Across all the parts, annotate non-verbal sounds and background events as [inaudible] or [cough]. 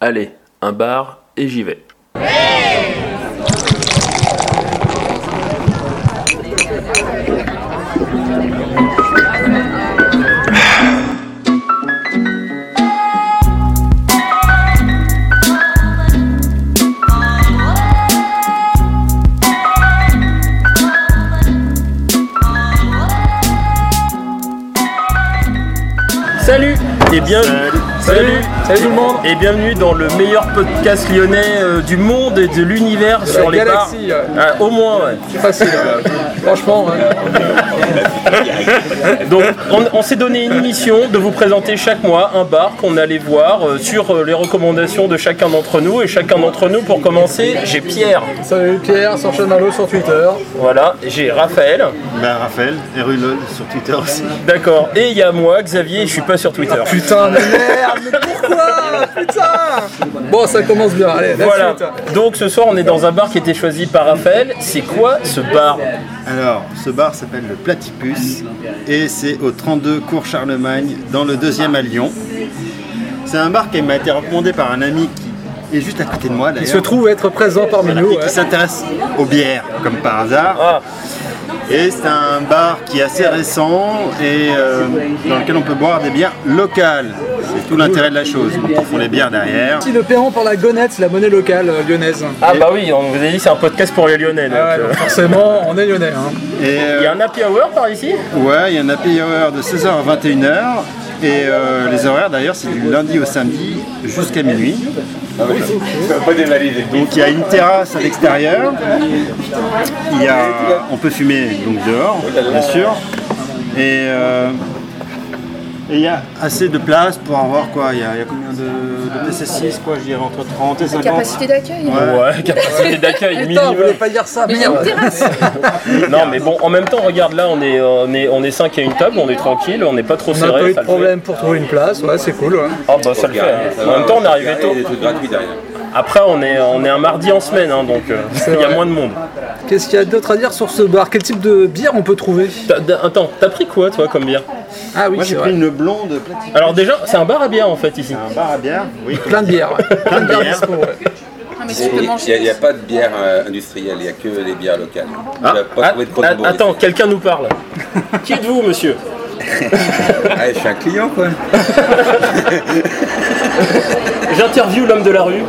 Allez, un bar et j'y vais. Salut et bienvenue. Salut. Salut tout le monde. Et bienvenue dans le meilleur podcast lyonnais euh, du monde et de l'univers sur les galaxie, bars. ouais. Ah, au moins, ouais. Facile, ouais. franchement. ouais. Donc, on, on s'est donné une mission de vous présenter chaque mois un bar qu'on allait voir euh, sur euh, les recommandations de chacun d'entre nous. Et chacun d'entre nous, pour commencer, j'ai Pierre. Salut Pierre, sur Chamallow sur Twitter. Voilà, j'ai Raphaël. Bah, Raphaël, Erulol sur Twitter aussi. D'accord. Et il y a moi, Xavier, et je suis pas sur Twitter. Putain, mais merde, mais pourquoi Putain Bon, ça commence bien, allez, la Voilà. suite. Donc ce soir, on est dans un bar qui était choisi par Raphaël. C'est quoi ce bar Alors, ce bar s'appelle le Platypus et c'est au 32 Cours Charlemagne, dans le deuxième à Lyon. C'est un bar qui m'a été recommandé par un ami qui est juste à côté de moi Il se d'ailleurs. trouve être présent parmi nous. Et ouais. qui s'intéresse aux bières, comme par hasard. Ah, Et c'est un bar qui est assez récent et euh, dans lequel on peut boire des bières locales. C'est tout l'intérêt de la chose. Donc, ils font les bières derrière. Si le paiement par la gonette, c'est la monnaie locale euh, lyonnaise. ah bah oui, on vous a dit c'est un podcast pour les Lyonnais. donc, Ah ouais, euh, donc forcément, on est lyonnais. hein. Et, euh, Il y a un happy hour par ici Ouais, il y a un happy hour de 16h à 21h. Et euh, les horaires d'ailleurs, c'est du lundi au samedi jusqu'à minuit. Donc il y a une terrasse à l'extérieur. Il y a, on peut fumer donc dehors, bien sûr. Et euh, et il y a assez de place pour avoir quoi. Il y, a il y a combien de, de PC6 quoi, je dirais entre 30 et 50. Capacité d'accueil Ouais, capacité d'accueil Putain, on minimum. voulait pas dire ça, Il y a une merde. terrasse hein, Non mais bon, en même temps, regarde là, on est, euh, on est, on est 5 à une table, on est tranquille, on n'est pas trop On n'a serré. pas eu ça de le problème pour trouver une place, ouais, c'est cool. ouais. fait. Ah bah ça le fait. hein. En même temps, on est arrivé tôt. Il y a des trucs gratuits derrière. Après, on est, on est un mardi en semaine, hein, donc euh, il y a vrai. moins de monde. Qu'est-ce qu'il y a d'autre à dire sur ce bar Quel type de bière on peut trouver T'as- t'as- Attends, t'as pris quoi toi comme bière Ah oui, Moi c'est j'ai pris vrai. une blonde platine. Alors déjà, c'est un bar à bière en fait ici. Un bar à bière, oui. Plein de bières. ouais. Plein de bières bières. dispo, ouais. Ah, mais tu peux Il n'y a, manger. il y a pas de bière euh, industrielle, il n'y a que les bières locales. Tu vas pas Ah, trouver de Cordon ah, Bleu. attends, quelqu'un nous [laughs] parle. Qui êtes-vous, monsieur Ah, je suis un client quoi. J'interviewe l'homme de la rue.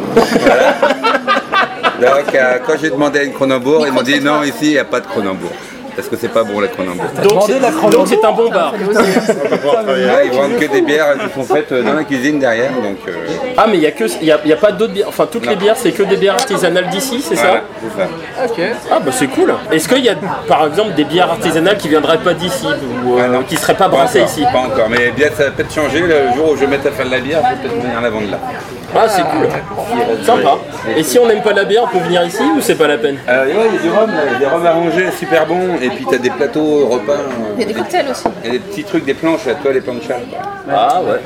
Donc, euh, quand j'ai demandé à une Cronenbourg, ils m'ont dit non, Micro-trottoir. ici il n'y a pas de Cronenbourg. Parce que c'est pas bon la Cronenbourg. Donc Demandez c'est- la chrono. donc, c'est un bon bar. Ah, ils vendent que des bières qui sont faites euh, dans la cuisine derrière. Donc, euh, Ah mais il n'y a, que- il y a, il y a pas d'autres bières. Enfin toutes les bières c'est que des bières artisanales d'ici, c'est ça voilà, c'est ça. Ah bah c'est cool. Est-ce qu'il y a par exemple des bières artisanales qui viendraient pas d'ici ou Ah, euh, non. qui seraient pas brassées encore, ici Pas encore, mais bien ça va peut-être changer. Le jour où je vais mettre à faire de la bière, je vais peut-être venir la vendre là. Ah c'est cool. Sympa. Et si on n'aime pas la bière, on peut venir ici ou c'est pas la peine Euh, ouais, il y a du rhum, là, il y a des rhums arrangés super bons. Et puis tu as des plateaux repas. euh, Il y a des cocktails aussi. Il y a des petits trucs, des planches, à toi les planchas. Ah ouais.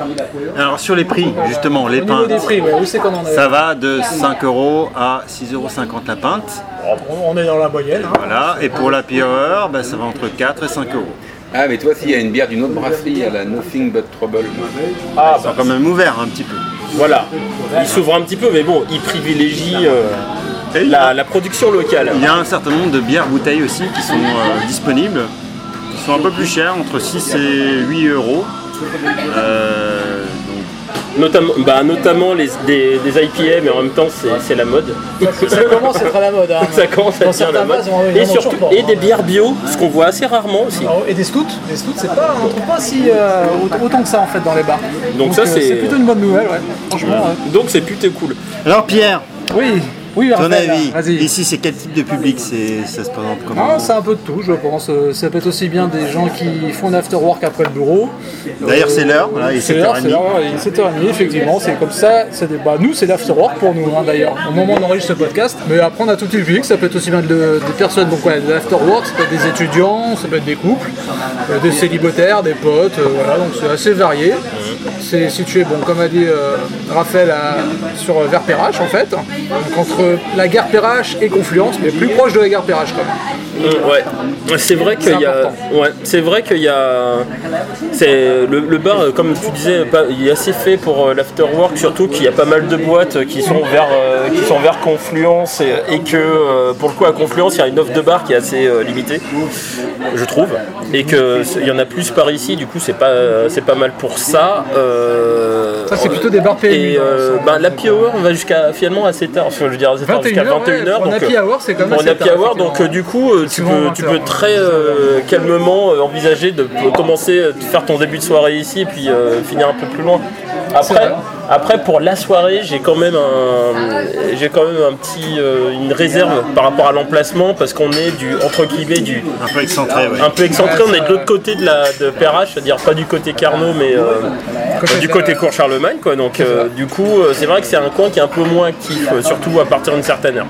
Alors sur les prix, justement, les Au niveau des pintes. prix, ouais, où c'est qu'on en est Ça va de 5 euros à 6,50 euros la pinte. On est dans la moyenne. hein. Voilà. Et pour la hour, bah, ça va entre 4 et 5 euros. Ah, mais toi, s'il y a une bière d'une autre brasserie, elle a Nothing But Trouble. Ah Ils bah sont quand même ouverts un petit peu. voilà. Il s'ouvre un petit peu mais bon, il privilégie euh, la, la production locale. Il y a un certain nombre de bières bouteilles aussi qui sont euh, disponibles. Qui sont un peu plus chères, entre 6 et 8 euros. Euh, donc, Notamment, bah, notamment les, des, des IPA, mais en même temps, c'est c'est la mode. Ça commence à être à la mode. hein. [laughs] Ça commence à Dans devenir la certains mode. vases, on est Et, vraiment surtout, toujours pas, et hein. des bières bio, ce qu'on voit assez rarement aussi. Oh, Et des scouts, des scouts, c'est pas, on trouve pas si euh, aut- autant que ça en fait dans les bars. Donc ça, euh, c'est- c'est plutôt une bonne nouvelle, ouais. Franchement. ouais. Donc c'est plutôt cool. Alors Pierre, Oui, oui. ton Raphaël, hein, avis, Vas-y. ici c'est quel type de public c'est- ça se présente comment Ah, c'est un peu de tout, je pense. Euh, Ça peut être aussi bien des gens qui font un after work après le bureau. D'ailleurs c'est l'heure, voilà, il est C'est l'heure, c'est 7h30. l'heure, ouais, il est 7h30, effectivement, c'est comme ça. c'est des- bah, nous, c'est l'afterwork pour nous, hein, d'ailleurs, au moment où on enregistre ce podcast. Mais après, on a tout le public, ça peut être aussi bien de- des personnes, donc ouais, de l'afterwork, ça peut être des étudiants, ça peut être des couples, euh, des célibataires, des potes, euh, voilà, donc c'est assez varié. c'est situé, bon, comme a dit euh, Raphaël, à- sur euh, vers Perrache en fait. Donc entre la gare Perrache et Confluence, mais plus proche de la gare Perrache quand même. Mm, ouais. C'est vrai qu'il y a. important. Ouais, c'est vrai qu'il y a. C'est le, le bar, euh, comme tu disais, pas- il est assez fait pour euh, l'afterwork, surtout qu'il y a pas mal de boîtes euh, qui sont vers, euh, qui sont vers Confluence et, et que euh, pour le coup à Confluence, il y a une offre de bar qui est assez euh, limitée, je trouve, et que c'est- il y en a plus par ici. Du coup, c'est pas, c'est pas mal pour ça. euh, Ça, c'est plutôt des bars PMU, Et euh, hein, ben, l'happy hour, on va jusqu'à finalement assez tard. Enfin, je veux dire assez tard, 21 jusqu'à heures, ouais, 21 h pour un happy hour, c'est quand même on assez a pu tard, avoir, donc euh, du coup, euh, tu Souvent peux, 20 tu peux très hein. euh, calmement euh, envisager de p- commencer, euh, de faire ton début de soirée ici et puis euh, finir un peu plus loin. Après, vrai. après pour la soirée, j'ai quand même un, j'ai quand même un petit, euh, une réserve par rapport à l'emplacement parce qu'on est du entre guillemets du Un peu excentré, Ah. ouais. un peu excentré, on est de l'autre côté de la de Perrache, c'est-à-dire pas du côté Carnot, mais euh, Côté du de- côté cours Charlemagne, quoi. Donc euh, du coup, euh, c'est vrai que c'est un coin qui est un peu moins actif, euh, surtout à partir d'une certaine heure.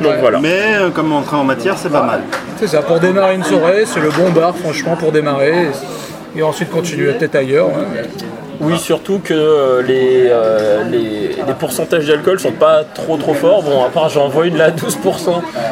Donc voilà. Mais euh, comme entrée en matière, c'est pas mal. C'est ça, pour démarrer une soirée, c'est le bon bar franchement pour démarrer. Et ensuite continuer peut-être ailleurs. hein, mais- Oui, surtout que euh, les, euh, les, les pourcentages d'alcool sont pas trop trop forts. Bon, à part j'en vois une là [laughs] à 12%,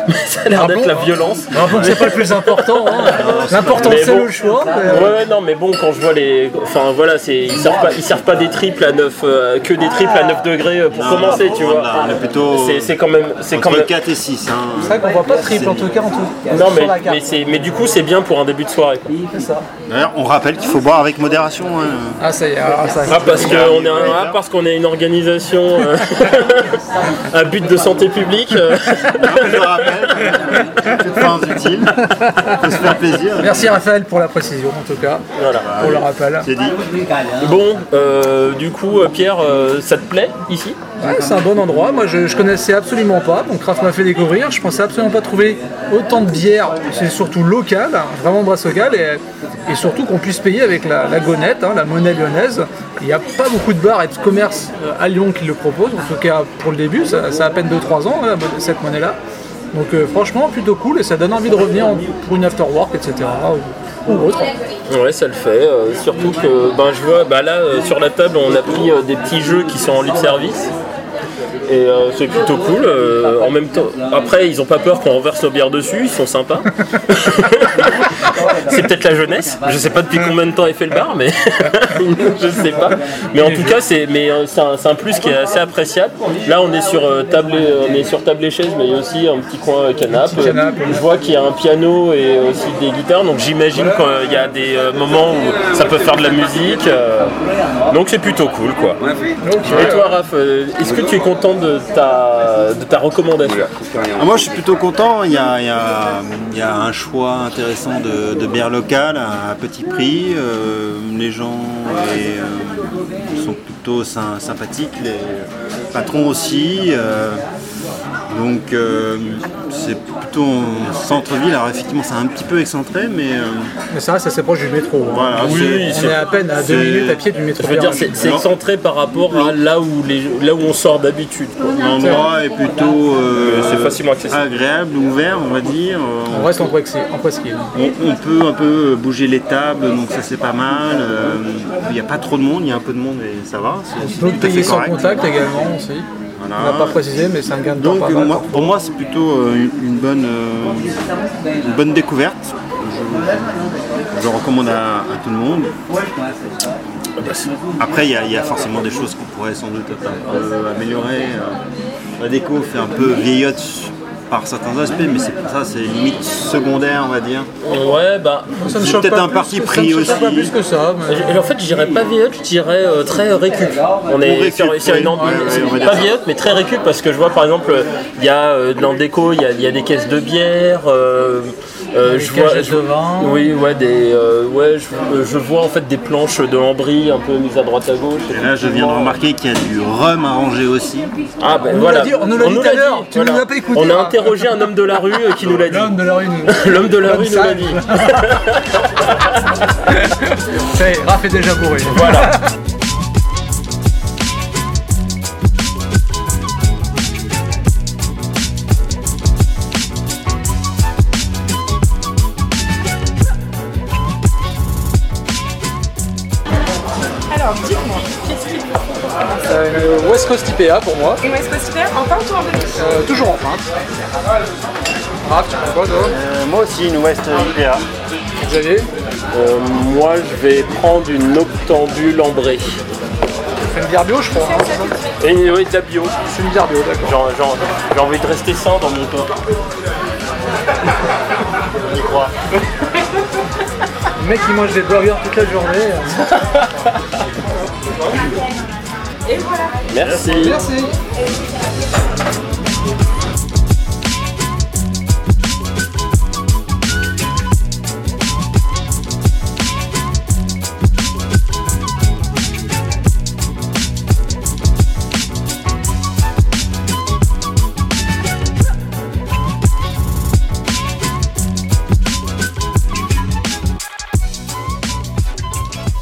mais ça a l'air d'être Ah bon la violence. Bravo, c'est pas le plus important. hein. L'important Mais c'est bon. le choix. mais, Ouais, euh, ouais, non, mais bon, quand je vois les. Enfin, voilà, c'est... ils servent pas, ils servent pas des triples à 9, euh, que des triples à 9 degrés euh, pour commencer, tu on vois. a- on a plutôt- C'est, c'est quand même. C'est quand Entre même... 4 et hein. 6. C'est vrai qu'on voit pas de triple en tout cas en tout. Non, mais, sur la carte. mais, c'est... mais du coup, c'est bien pour un début de soirée. quoi. C'est ça. D'ailleurs, on rappelle qu'il faut boire avec modération. hein. Ah ça y est, ah, ça y est. Ah, parce qu'on est, un- ah, parce qu'on est une organisation euh, [laughs] à but de santé publique. euh. [laughs] Je le rappelle, toute fin utile. Faut se faire plaisir. Merci Raphaël pour la précision en tout cas. Voilà. Pour le rappel. C'est dit. Bon, euh, du coup, euh, Pierre, euh, ça te plaît ici Ouais, c'est un bon endroit. Moi, je, je connaissais absolument pas. Donc, Kraft m'a fait découvrir. Je pensais absolument pas trouver autant de bières. C'est surtout local, hein, vraiment brasse locale. Et, et surtout qu'on puisse payer avec la, la gonette, hein, la monnaie lyonnaise. Il n'y a pas beaucoup de bars et de commerces euh, à Lyon qui le proposent. En tout cas, pour le début, ça, ça a à peine 2-3 ans, hein, la mon- cette monnaie-là. Donc, euh, franchement, plutôt cool. Et ça donne envie de revenir en- pour une afterwork, etc. Ou, ou autre. Ouais, ça le fait. euh, surtout que ben, je vois, bah là, euh, sur la table, on a pris euh, des petits jeux qui sont en libre service. Et euh, c'est plutôt cool. euh, en même temps, après, ils ont pas peur qu'on renverse nos bières dessus, ils sont [laughs] sympas. c'est peut-être la jeunesse. Je sais pas depuis combien de temps est fait le bar, mais [laughs] je sais pas. Mais en tout cas, c'est mais euh, c'est un, c'est un plus qui est assez appréciable. Là, on est sur euh, table, et- on est sur table et chaise, mais il y a aussi un petit coin euh, canapé. canapé. Je vois qu'il y a un piano et aussi des guitares, donc j'imagine qu'il y a des euh, moments où ça peut faire de la musique. euh, Donc c'est plutôt cool, quoi. Et toi, Raph, euh, est-ce que tu es content de ta, de ta recommandation Ah, Moi, je suis plutôt content. Il y a, il y a- il y a un choix intéressant de, de bière locale à petit prix. Euh, les gens les, euh, sont plutôt sym- sympathiques, les patrons aussi. euh, donc, euh, c'est plutôt en centre-ville. Alors, effectivement, c'est un petit peu excentré, mais euh, Mais ça, ça s'approche du métro. hein. voilà. ah Oui, On est à peine à deux c'est- minutes à pied du métro. Je veux dire, c'est Perrache. c'est centré par rapport à là où, les, là où on sort d'habitude. quoi. L'endroit est plutôt euh, C'est facilement accessible. agréable, ouvert, on va dire. On reste en presqu'île. En presqu'île. On, on peut un peu bouger les tables, donc ça c'est pas mal. Euh, Il n'y a pas trop de monde, il y a un peu de monde et ça va. c'est- c'est Donc tout à payer fait sans correct. contact également aussi. Voilà. On n'a pas précisé, mais c'est un gain de temps Donc pas mal. moi- pour moi c'est plutôt euh, une- une bonne, euh, une bonne découverte. Je, je recommande à, à tout le monde. Ah bah, Après il y a- il y, a forcément des choses qu'on pourrait sans doute un peu améliorer. euh. La déco fait un peu vieillotte par certains aspects, mais c'est pour ça c'est limite secondaire on va dire. Ouais, bah. Ça me c'est choque peut-être pas un plus parti que- ça me pris choque aussi. pas plus que ça. mais- Et En fait, je dirais pas vieillotte, je dirais euh, très récup. On est On récup, sur, sur oui. une ambi- Ouais, ouais, on va dire pas ça. vieillotte, mais très récup parce que je vois par exemple, il y a euh, de l'endéco, il y a, il y a des caisses de bière, euh, euh, je vois, cagettes je- de vin. Oui, ouais, des, euh, ouais, je, euh, je vois en fait des planches de lambris un peu mises à droite à gauche. Et là, je viens de remarquer qu'il y a du rhum à ranger aussi. Ah ben nous voilà. l'a dit- on nous l'a dit tout à l'heure, dit, tu nous l'as pas écouté. hein. On a interrogé un homme de la rue euh, qui nous l'a dit. L'homme de la rue. nous- [laughs] L'homme de la L'homme rue nous l'a sale. dit. Ça y est, Raph est déjà bourré. Voilà. Alors, dites-moi, Euh, West Coast IPA pour moi. Et West Coast Fair, en peinture en demi Euh, toujours en pinte. Raph, tu prends quoi toi Euh, moi aussi, une West IPA. Xavier Euh, moi, je vais prendre une octambule ambrée. C'est une bière bio, je crois. hein, c'est ça Et oui, de la bio. C'est une bière bio, d'accord. Genre- genre, J'ai envie de rester sain dans mon corps. J'y crois. Le mec qui mange des burgers toute la journée. euh, Merci. Merci.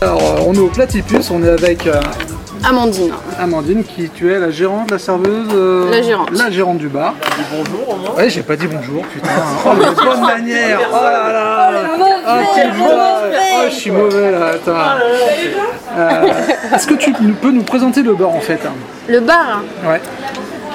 Alors, euh, on est au Platypus, on est avec euh, Amandine. Amandine, qui tu es la gérante, la serveuse euh, La gérante. La gérante du bar. bonjour Ouais, j'ai pas dit bonjour, putain. [laughs] Oh, les bonnes manières Oh là là Ah, quel voix Oh, je suis mauvais Ah, là, attends. Euh, Est-ce que tu nous- peux nous présenter le bar en fait hein Le bar. Ouais.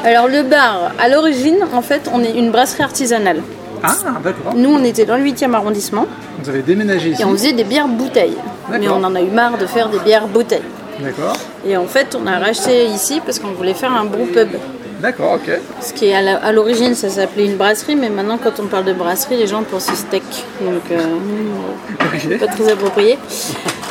Alors le bar, à l'origine, en fait, on est une brasserie artisanale. Ah, d'accord. Nous, on était dans le 8e arrondissement Vous avez déménagé ici. et on faisait des bières bouteilles. Mais D'accord. on en a eu marre de faire des bières bouteilles. D'accord. Et en fait, on a racheté ici parce qu'on voulait faire un bon pub. D'accord, ok. Ce qui est à la- à l'origine, ça s'appelait une brasserie, mais maintenant, quand on parle de brasserie, les gens pensent au steak. Donc, euh, Ok. pas très approprié.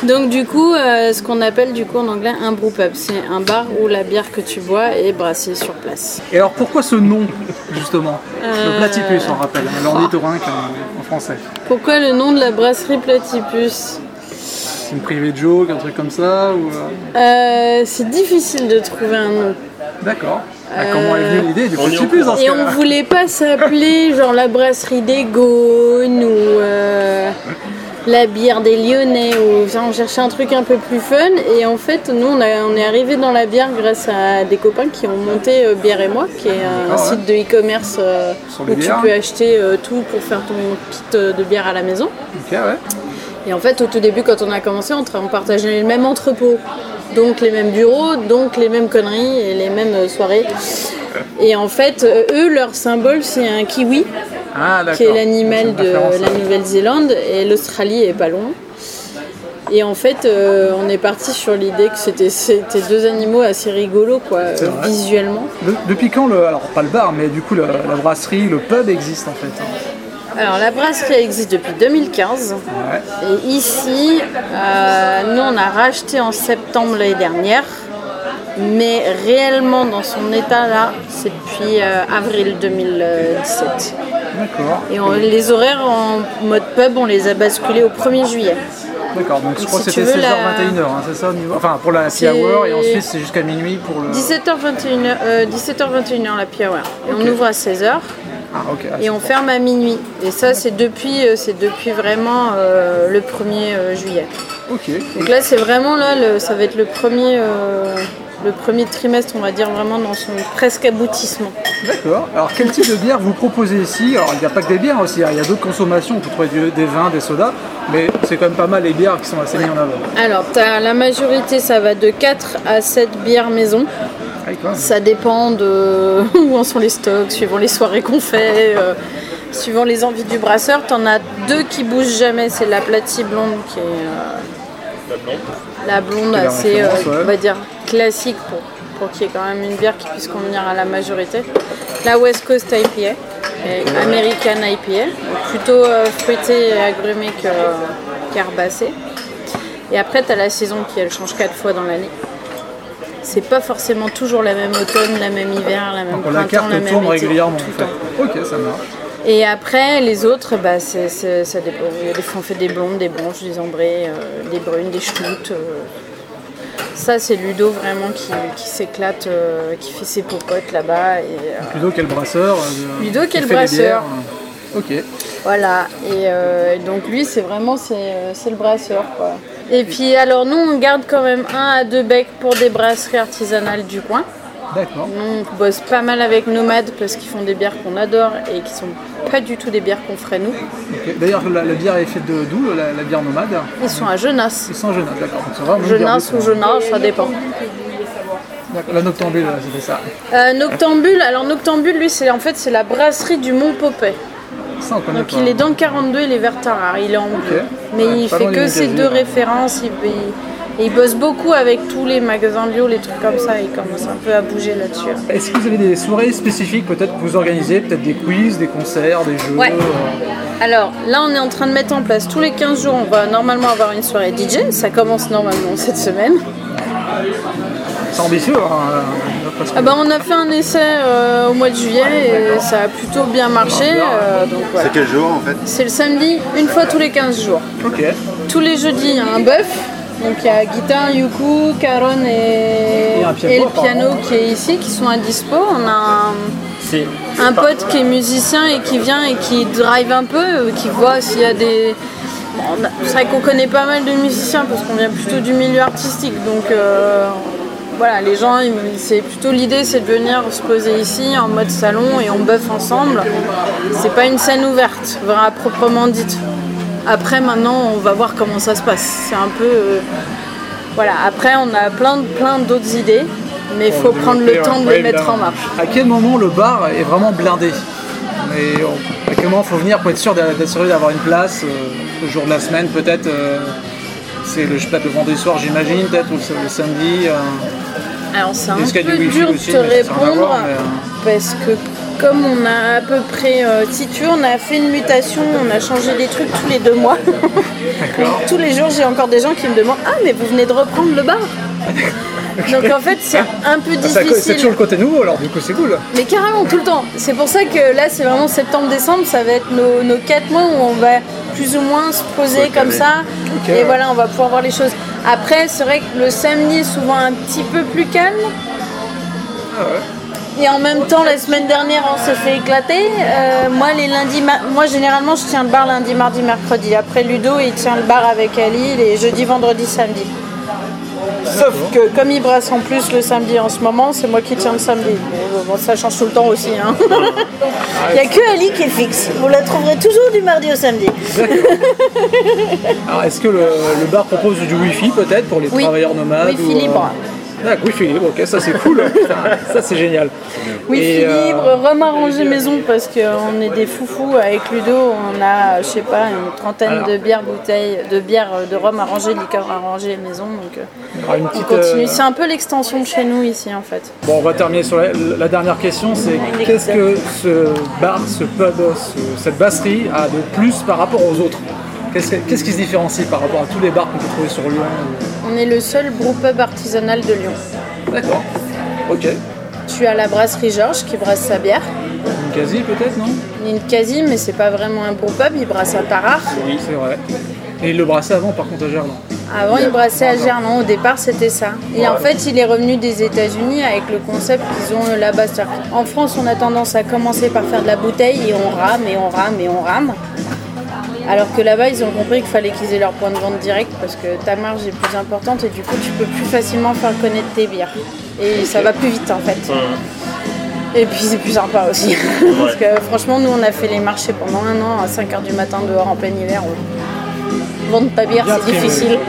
Donc du coup, euh, ce qu'on appelle du coup en anglais un brew pub, c'est un bar où la bière que tu bois est brassée sur place. Et alors pourquoi ce nom, justement Le Euh, platypus, on rappelle, hein, l'ornithorynque en, en français. Pourquoi le nom de la brasserie Platypus C'est une privée de joke, un truc comme ça ou, euh, Euh, C'est difficile de trouver un nom. D'accord. Ah, comment est venue l'idée du platypus dans hein, ce Et Euh, on cas-là [laughs] voulait pas s'appeler genre la brasserie des Gaunes ou euh, la bière des Lyonnais ou ça, on cherchait un truc un peu plus fun. Et en fait, nous, on, a- on est arrivé dans la bière grâce à des copains qui ont monté euh, Bière et moi, qui est un D'accord, Ah ouais. site de e-commerce euh, Sur les où tu bières. peux acheter euh, tout pour faire ton kit euh, de bière à la maison. Ok, ouais. Et en fait, au tout début, quand on a commencé, on, tra- on partageait le même entrepôt, donc les mêmes bureaux, donc les mêmes conneries et les mêmes euh, soirées. Et en fait, euh, eux, leur symbole, c'est un kiwi, Ah, qui est d'accord. l'animal C'est de une référence, la hein. Nouvelle-Zélande, et l'Australie est pas loin. Et en fait, euh, on est parti sur l'idée que c'était c'était deux animaux assez rigolos, quoi, euh, vrai. visuellement. De- depuis quand le. Alors pas le bar, mais du coup la, la brasserie, le pub existe en fait. hein. Alors, la brasserie existe depuis 2015. Ouais. Et ici, euh, nous on a racheté en septembre l'année dernière, mais réellement dans son état là, c'est depuis euh, avril 2017. D'accord. Et on- les horaires en mode pub, on les a basculés au 1er juillet. D'accord. Donc je Donc, crois si que tu c'était veux, 16h, la- 21h, hein, c'est ça au niveau- Enfin pour la happy C'est- hour et ensuite c'est jusqu'à minuit pour le. 17h21, euh, 17h21 la pied hour. Et on ouvre à 16h Ah ok. ah, et on ferme à minuit. Et ça c'est depuis, euh, c'est depuis vraiment euh, le 1er euh, juillet. Ok. Donc là, c'est vraiment là, le- ça va être le premier, euh, le premier trimestre, on va dire vraiment dans son presque aboutissement. D'accord. Alors quel type de bière vous proposez ici Alors il n'y a pas que des bières aussi, hein, il y a d'autres consommations, vous trouvez du- des vins, des sodas, mais c'est quand même pas mal les bières qui sont assez mises en avant. Alors, t'as- la majorité, ça va de 4 à 7 bières maison. Ça dépend de [laughs] où en sont les stocks, suivant les soirées qu'on fait, euh, suivant les envies du brasseur. T'en as deux qui bougent jamais, c'est la platie blonde qui est euh, la blonde, la assez, euh, référence, ouais. on va dire, classique pour, pour qu'il y ait quand même une bière qui puisse convenir à la majorité. La West Coast IPA, et American IPA, donc plutôt euh, fruitée et agrumée que- euh, qu'herbacée. Et après, tu as la saison qui elle change quatre fois dans l'année. C'est pas forcément toujours la même automne, la même hiver, la même Donc printemps, la carte la même tourne été, régulièrement en tout le temps. fait. Ok, ça marche. Et après, les autres, bah, c'est- c'est- ça dépend. Il y a des fois, on fait des blondes, des blanches, des ambrées, euh, des brunes, des schnoutes. euh. Ça, c'est Ludo vraiment qui, qui s'éclate, euh, qui fait ses popotes là-bas. Et, euh, Ludo quel brasseur euh, Ludo, qui quel fait les bières, brasseur. euh. Ok. Voilà, et, euh, et donc lui, c'est vraiment c'est, euh, c'est le brasseur. Quoi. Et puis, alors, nous, on garde quand même un à deux becs pour des brasseries artisanales du coin. D'accord. Nous, on bosse pas mal avec Nomade parce qu'ils font des bières qu'on adore et qui sont pas du tout des bières qu'on ferait nous. Ok. D'ailleurs la, la bière est faite de d'où euh, la, la bière nomade Ils sont à Genasse. C'est sans Genasse, d'accord. Donc, c'est vraiment une bière Genasse de ou coin. Genas, ça dépend. D'accord, La Noctambule, ouais, c'était ça. Euh, Noctambule, alors Noctambule, lui, c'est en fait c'est la brasserie du Mont Popet. Ça, on connaît Donc pas. il est dans le 42, il est vers Tarare, il est en bleu. Mais Ouais, il pas fait loin que des ces États-Unis, deux là. références. Il, il- il bosse beaucoup avec tous les magasins bio, les trucs comme ça. Il commence un peu à bouger là-dessus. Est-ce que vous avez des soirées spécifiques peut-être que vous organisez Peut-être des quiz, des concerts, des jeux Ouais. euh, Alors là, on est en train de mettre en place tous les 15 jours. On va normalement avoir une soirée DJ. Ça commence normalement cette semaine. C'est ambitieux, hein, euh, parce que- Ah bah, on a fait un essai euh, au mois de juillet et ça a plutôt bien marché. euh, donc voilà. C'est quel jour en fait C'est le samedi, une fois tous les 15 jours. Ok. Tous les jeudis, il y a un bœuf. Donc il y a guitare, yuku, caron et, Et un piano, et le apparemment. piano qui est ici, qui sont à dispo. On a C'est un, un pote qui est musicien et qui vient et qui drive un peu, euh, qui voit s'il y a des... Bon, on a- C'est vrai qu'on connaît pas mal de musiciens parce qu'on vient plutôt du milieu artistique. Donc euh, voilà, les gens, ils- c'est plutôt l'idée, c'est de venir se poser ici en mode salon et on bœuf ensemble. C'est pas une scène ouverte, vraiment à proprement dite. Après, maintenant, on va voir comment ça se passe. C'est un peu. euh, Voilà, après, on a plein, de- plein d'autres idées, mais il faut prendre le temps de hein. Ouais, les mettre évidemment. en marche. À quel moment le bar est vraiment blindé Et on- à quel moment faut venir pour être sûr d'a- d'assurer d'avoir une place euh, le jour de la semaine peut-être euh, C'est le, je sais pas, le vendredi soir j'imagine peut-être ou le, le samedi. euh, Alors, c'est un Est-ce qu'il y a peu du wifi dur de aussi, Bah, te mais ça n'a rien à répondre voir, mais, euh, parce que. Comme on a à peu près, euh, si tu veux, on a fait une mutation, on a changé des trucs tous les deux mois. [laughs] Donc, tous les jours, j'ai encore des gens qui me demandent Ah, mais vous venez de reprendre le bar [laughs] Donc en fait, c'est un peu Ah, ça- difficile. C'est toujours le côté nouveau alors du coup c'est cool. Mais carrément, tout le temps. C'est pour ça que là, c'est vraiment septembre-décembre, ça va être nos, nos 4 mois où on va plus ou moins se poser comme ça. et voilà, on va pouvoir voir les choses. Après, c'est vrai que le samedi est souvent un petit peu plus calme. Et en même temps, la semaine dernière, on s'est fait éclater. Euh, moi, les lundis, ma- moi généralement, je tiens le bar lundi, mardi, mercredi. Après, Ludo, il tient le bar avec Ali les jeudi, vendredi, samedi. Sauf que comme il brasse en plus le samedi en ce moment, c'est moi qui tiens le samedi. Mais bon, ça change tout le temps aussi. [laughs] hein. Il n'y a que Ali qui est fixe. Vous la trouverez toujours du mardi au samedi. Alors est-ce que le, le bar propose du wifi peut-être pour les Oui. travailleurs nomades Wifi ou, libre. D'accord, wifi libre, ok, ça c'est [laughs] cool, Putain, ça c'est génial. Oui, Et, euh, libre, rhum arrangé maison parce qu'on est des foufous avec Ludo. On a, je sais pas, une trentaine Alors. de bières bouteilles, de bières euh, de rhum arrangé, de liqueur arrangée maison. Donc euh, alors, une on petite, continue. euh, C'est un peu l'extension de chez nous ici en fait. Bon, on va terminer sur la, la dernière question, c'est qu'est-ce que ce bar, ce pub, ce- cette brasserie a de plus par rapport aux autres Qu'est-ce que- qu'est-ce qui se différencie par rapport à tous les bars qu'on peut trouver sur Lyon On est le seul groupe pub artisanal de Lyon. D'accord. Ok. Tu as la brasserie Georges qui brasse sa bière. Une quasi peut-être, non Il y a une quasi, mais c'est pas vraiment un groupe pub, il brasse à Tarare. Oui, c'est vrai. Et il le brassait avant par contre à Gerland. Avant, il brassait à Gerland, au départ, c'était ça. Et en fait, il est revenu des États-Unis avec le concept qu'ils ont euh, là-bas. C'est-à-dire En France, on a tendance à commencer par faire de la bouteille et on rame et on rame et on rame. Alors que là-bas, ils ont compris qu'il fallait qu'ils aient leur point de vente direct parce que ta marge est plus importante et du coup, tu peux plus facilement faire connaître tes bières. Et ça va plus vite en fait. Et puis c'est plus sympa aussi. [laughs] parce que franchement, nous, on a fait les marchés pendant un an à 5h du matin dehors en plein hiver. on- Vendre ta bière, Bien c'est primé. difficile.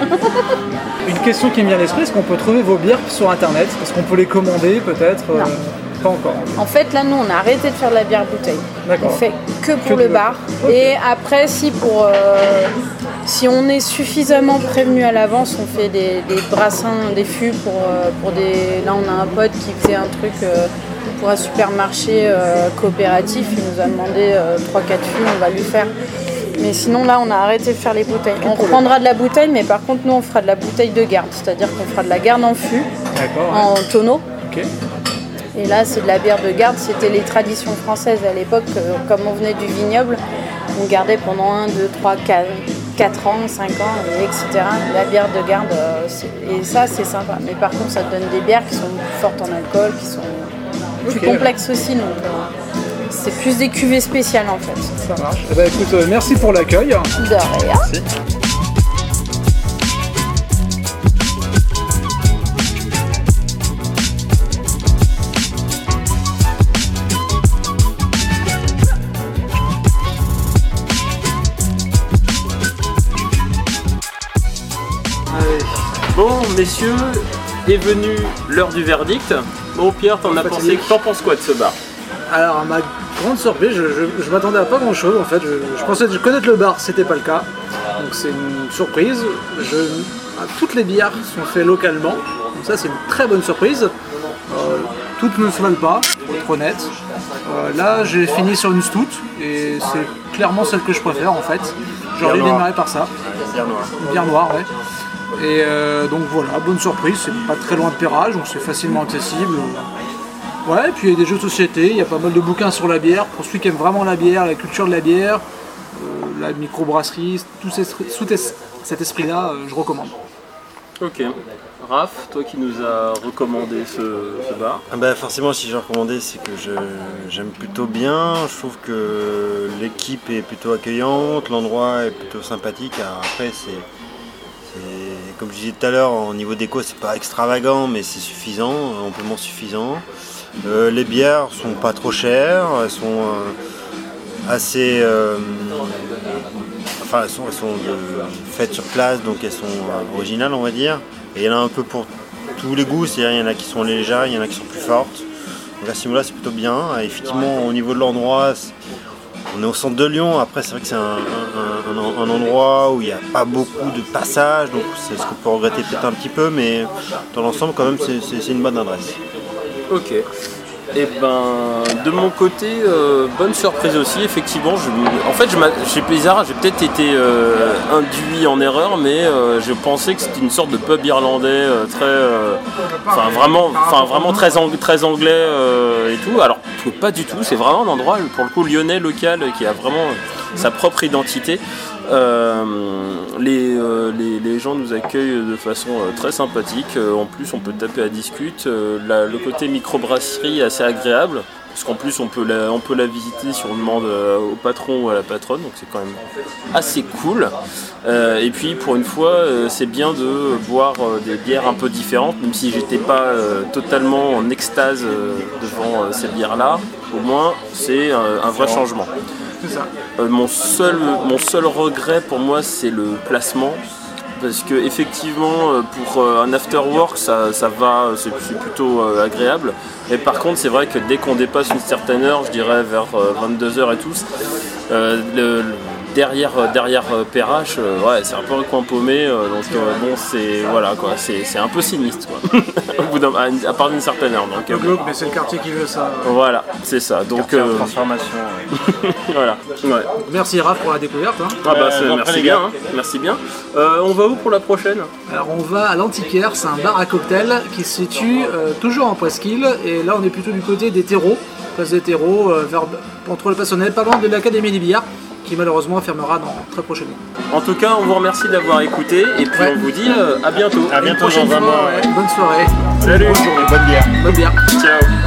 Une question qui me vient à l'esprit, est-ce qu'on peut trouver vos bières sur internet Est-ce qu'on peut les commander peut-être Euh, Pas encore. En fait, là, nous, on a arrêté de faire de la bière bouteille. D'accord. On fait Que que pour le du- bar. Ok. Et après, si pour euh, si on est suffisamment prévenu à l'avance, on fait des, des brassins, des fûts pour, euh, pour des. Là, on a un pote qui faisait un truc euh, pour un supermarché euh, coopératif. Il nous a demandé euh, 3-4 fûts, on va lui faire. Mais sinon, là, on a arrêté de faire les bouteilles. On reprendra de la bouteille, mais par contre, nous, on fera de la bouteille de garde. C'est-à-dire qu'on fera de la garde en fût, D'accord. en tonneau. Ok. Et là, c'est de la bière de garde. C'était les traditions françaises à l'époque. euh, Comme on venait du vignoble, on gardait pendant 1, 2, 3, 4, ans, 5 ans, et etc. La bière de garde, euh, c'est- et ça, c'est sympa. Mais par contre, ça te donne des bières qui sont plus fortes en alcool, qui sont plus Ok. complexes aussi. Donc, euh, c'est plus des cuvées spéciales en fait. Ça marche. Eh ben, écoute, euh, merci pour l'accueil. De rien. Bon, messieurs, est venue l'heure du verdict. Bon, Pierre, t'en as pensé. Fatigué. T'en penses quoi de ce bar Alors, à ma grande surprise, je, je- je m'attendais à pas grand chose en fait. Je, je pensais connaître le bar, c'était pas le cas. Donc, c'est une surprise. Je, ah, toutes les bières sont faites localement. Donc, ça, c'est une très bonne surprise. Euh, toutes ne se valent pas, pour être honnête. Euh, là, j'ai fini sur une stout et c'est clairement celle que je préfère en fait. J'aurais Bière noire. démarré par ça. Bière noire. Une bière noire, ouais. Et euh, donc voilà, bonne surprise, c'est pas très loin de Pérage, donc c'est facilement accessible. Ouais, et puis il y a des jeux de société, il y a pas mal de bouquins sur la bière, pour ceux qui aiment vraiment la bière, la culture de la bière, euh, la microbrasserie, tout ces- sous tes- cet esprit-là, euh, je recommande. Ok. Raph, toi qui nous as recommandé ce, ce bar. Ah bah forcément, si j'ai recommandé, c'est que je- j'aime plutôt bien. Je trouve que l'équipe est plutôt accueillante, l'endroit est plutôt sympathique. Alors Après, c'est c'est- comme je disais tout à l'heure, au niveau déco, c'est pas extravagant, mais c'est suffisant, amplement suffisant. Euh, les bières sont pas trop chères, elles sont euh, assez. euh, enfin, elles sont, elles sont, euh, faites sur place, donc elles sont euh, originales, on va dire. Et il y en a un peu pour tous les goûts, c'est-à-dire il y en a qui sont légères, il y en a qui sont plus fortes. Donc à ce niveau-là, c'est plutôt bien. Et effectivement, au niveau de l'endroit, c'est- on est au centre de Lyon. Après, c'est vrai que c'est un, un- un- un endroit où il n'y a pas beaucoup de passages, donc c'est ce qu'on peut regretter peut-être un petit peu, mais dans l'ensemble, quand même, c'est- c'est c'est une bonne adresse. Ok. Et ben, de mon côté, euh, bonne surprise aussi, effectivement. Je, en fait, je m'a- c'est bizarre, j'ai peut-être été euh, induit en erreur, mais euh, je pensais que c'était une sorte de pub irlandais euh, très. euh, Enfin, vraiment, enfin, vraiment très, ang- très anglais euh, et tout. Alors que pas du tout, c'est vraiment un endroit, pour le coup, lyonnais local euh, qui a vraiment euh, sa propre identité. Euh, les, euh, les, les gens nous accueillent de façon euh, très sympathique. Euh, en plus, on peut taper à discute. Euh, la- le côté microbrasserie est assez agréable. Parce qu'en plus, on peut, la, on peut la visiter si on demande euh, au patron ou à la patronne. Donc, c'est quand même assez cool. Euh, et puis, pour une fois, euh, c'est bien de boire euh, des bières un peu différentes. Même si j'étais pas euh, totalement en extase euh, devant euh, ces bières-là, au moins, c'est euh, un vrai changement. Euh, mon, seul, mon seul regret pour moi, c'est le placement. Parce que effectivement, euh, pour euh, un after work, ça, ça va, euh, c'est c'est plutôt euh, agréable. Mais par contre, c'est vrai que dès qu'on dépasse une certaine heure, je dirais vers 22h et tout, euh, le- le- derrière, euh, derrière euh, Perrache, euh, ouais, c'est un peu un coin paumé. euh, donc euh, bon, c'est voilà quoi, c'est c'est un peu sinistre quoi. [laughs] Au bout d'un- à, une- à part d'une certaine heure. Donc, euh, mais c'est le quartier qui veut ça. voilà, c'est ça. Donc euh, Transformation. voilà. Ouais. Merci Raph pour la découverte. hein. Ah bah, Euh, c'est- bon, après, merci, les bien, gars. hein. merci bien. Euh, on va où pour la prochaine Alors on va à l'Antiquaire, c'est un bar à cocktail qui se situe euh, toujours en Presqu'île et là on est plutôt du côté des terreaux, place des terreaux, euh, vers, entre le Passonnet, pas loin de l'Académie des Billards qui malheureusement fermera dans très prochainement. En tout cas, on vous remercie d'avoir écouté et puis Ouais. on vous dit euh, à bientôt. À Une bientôt Ah prochaine dans un fois. mois. bah Bonne soirée, Salut, Bonne bière. bonne bière. ciao.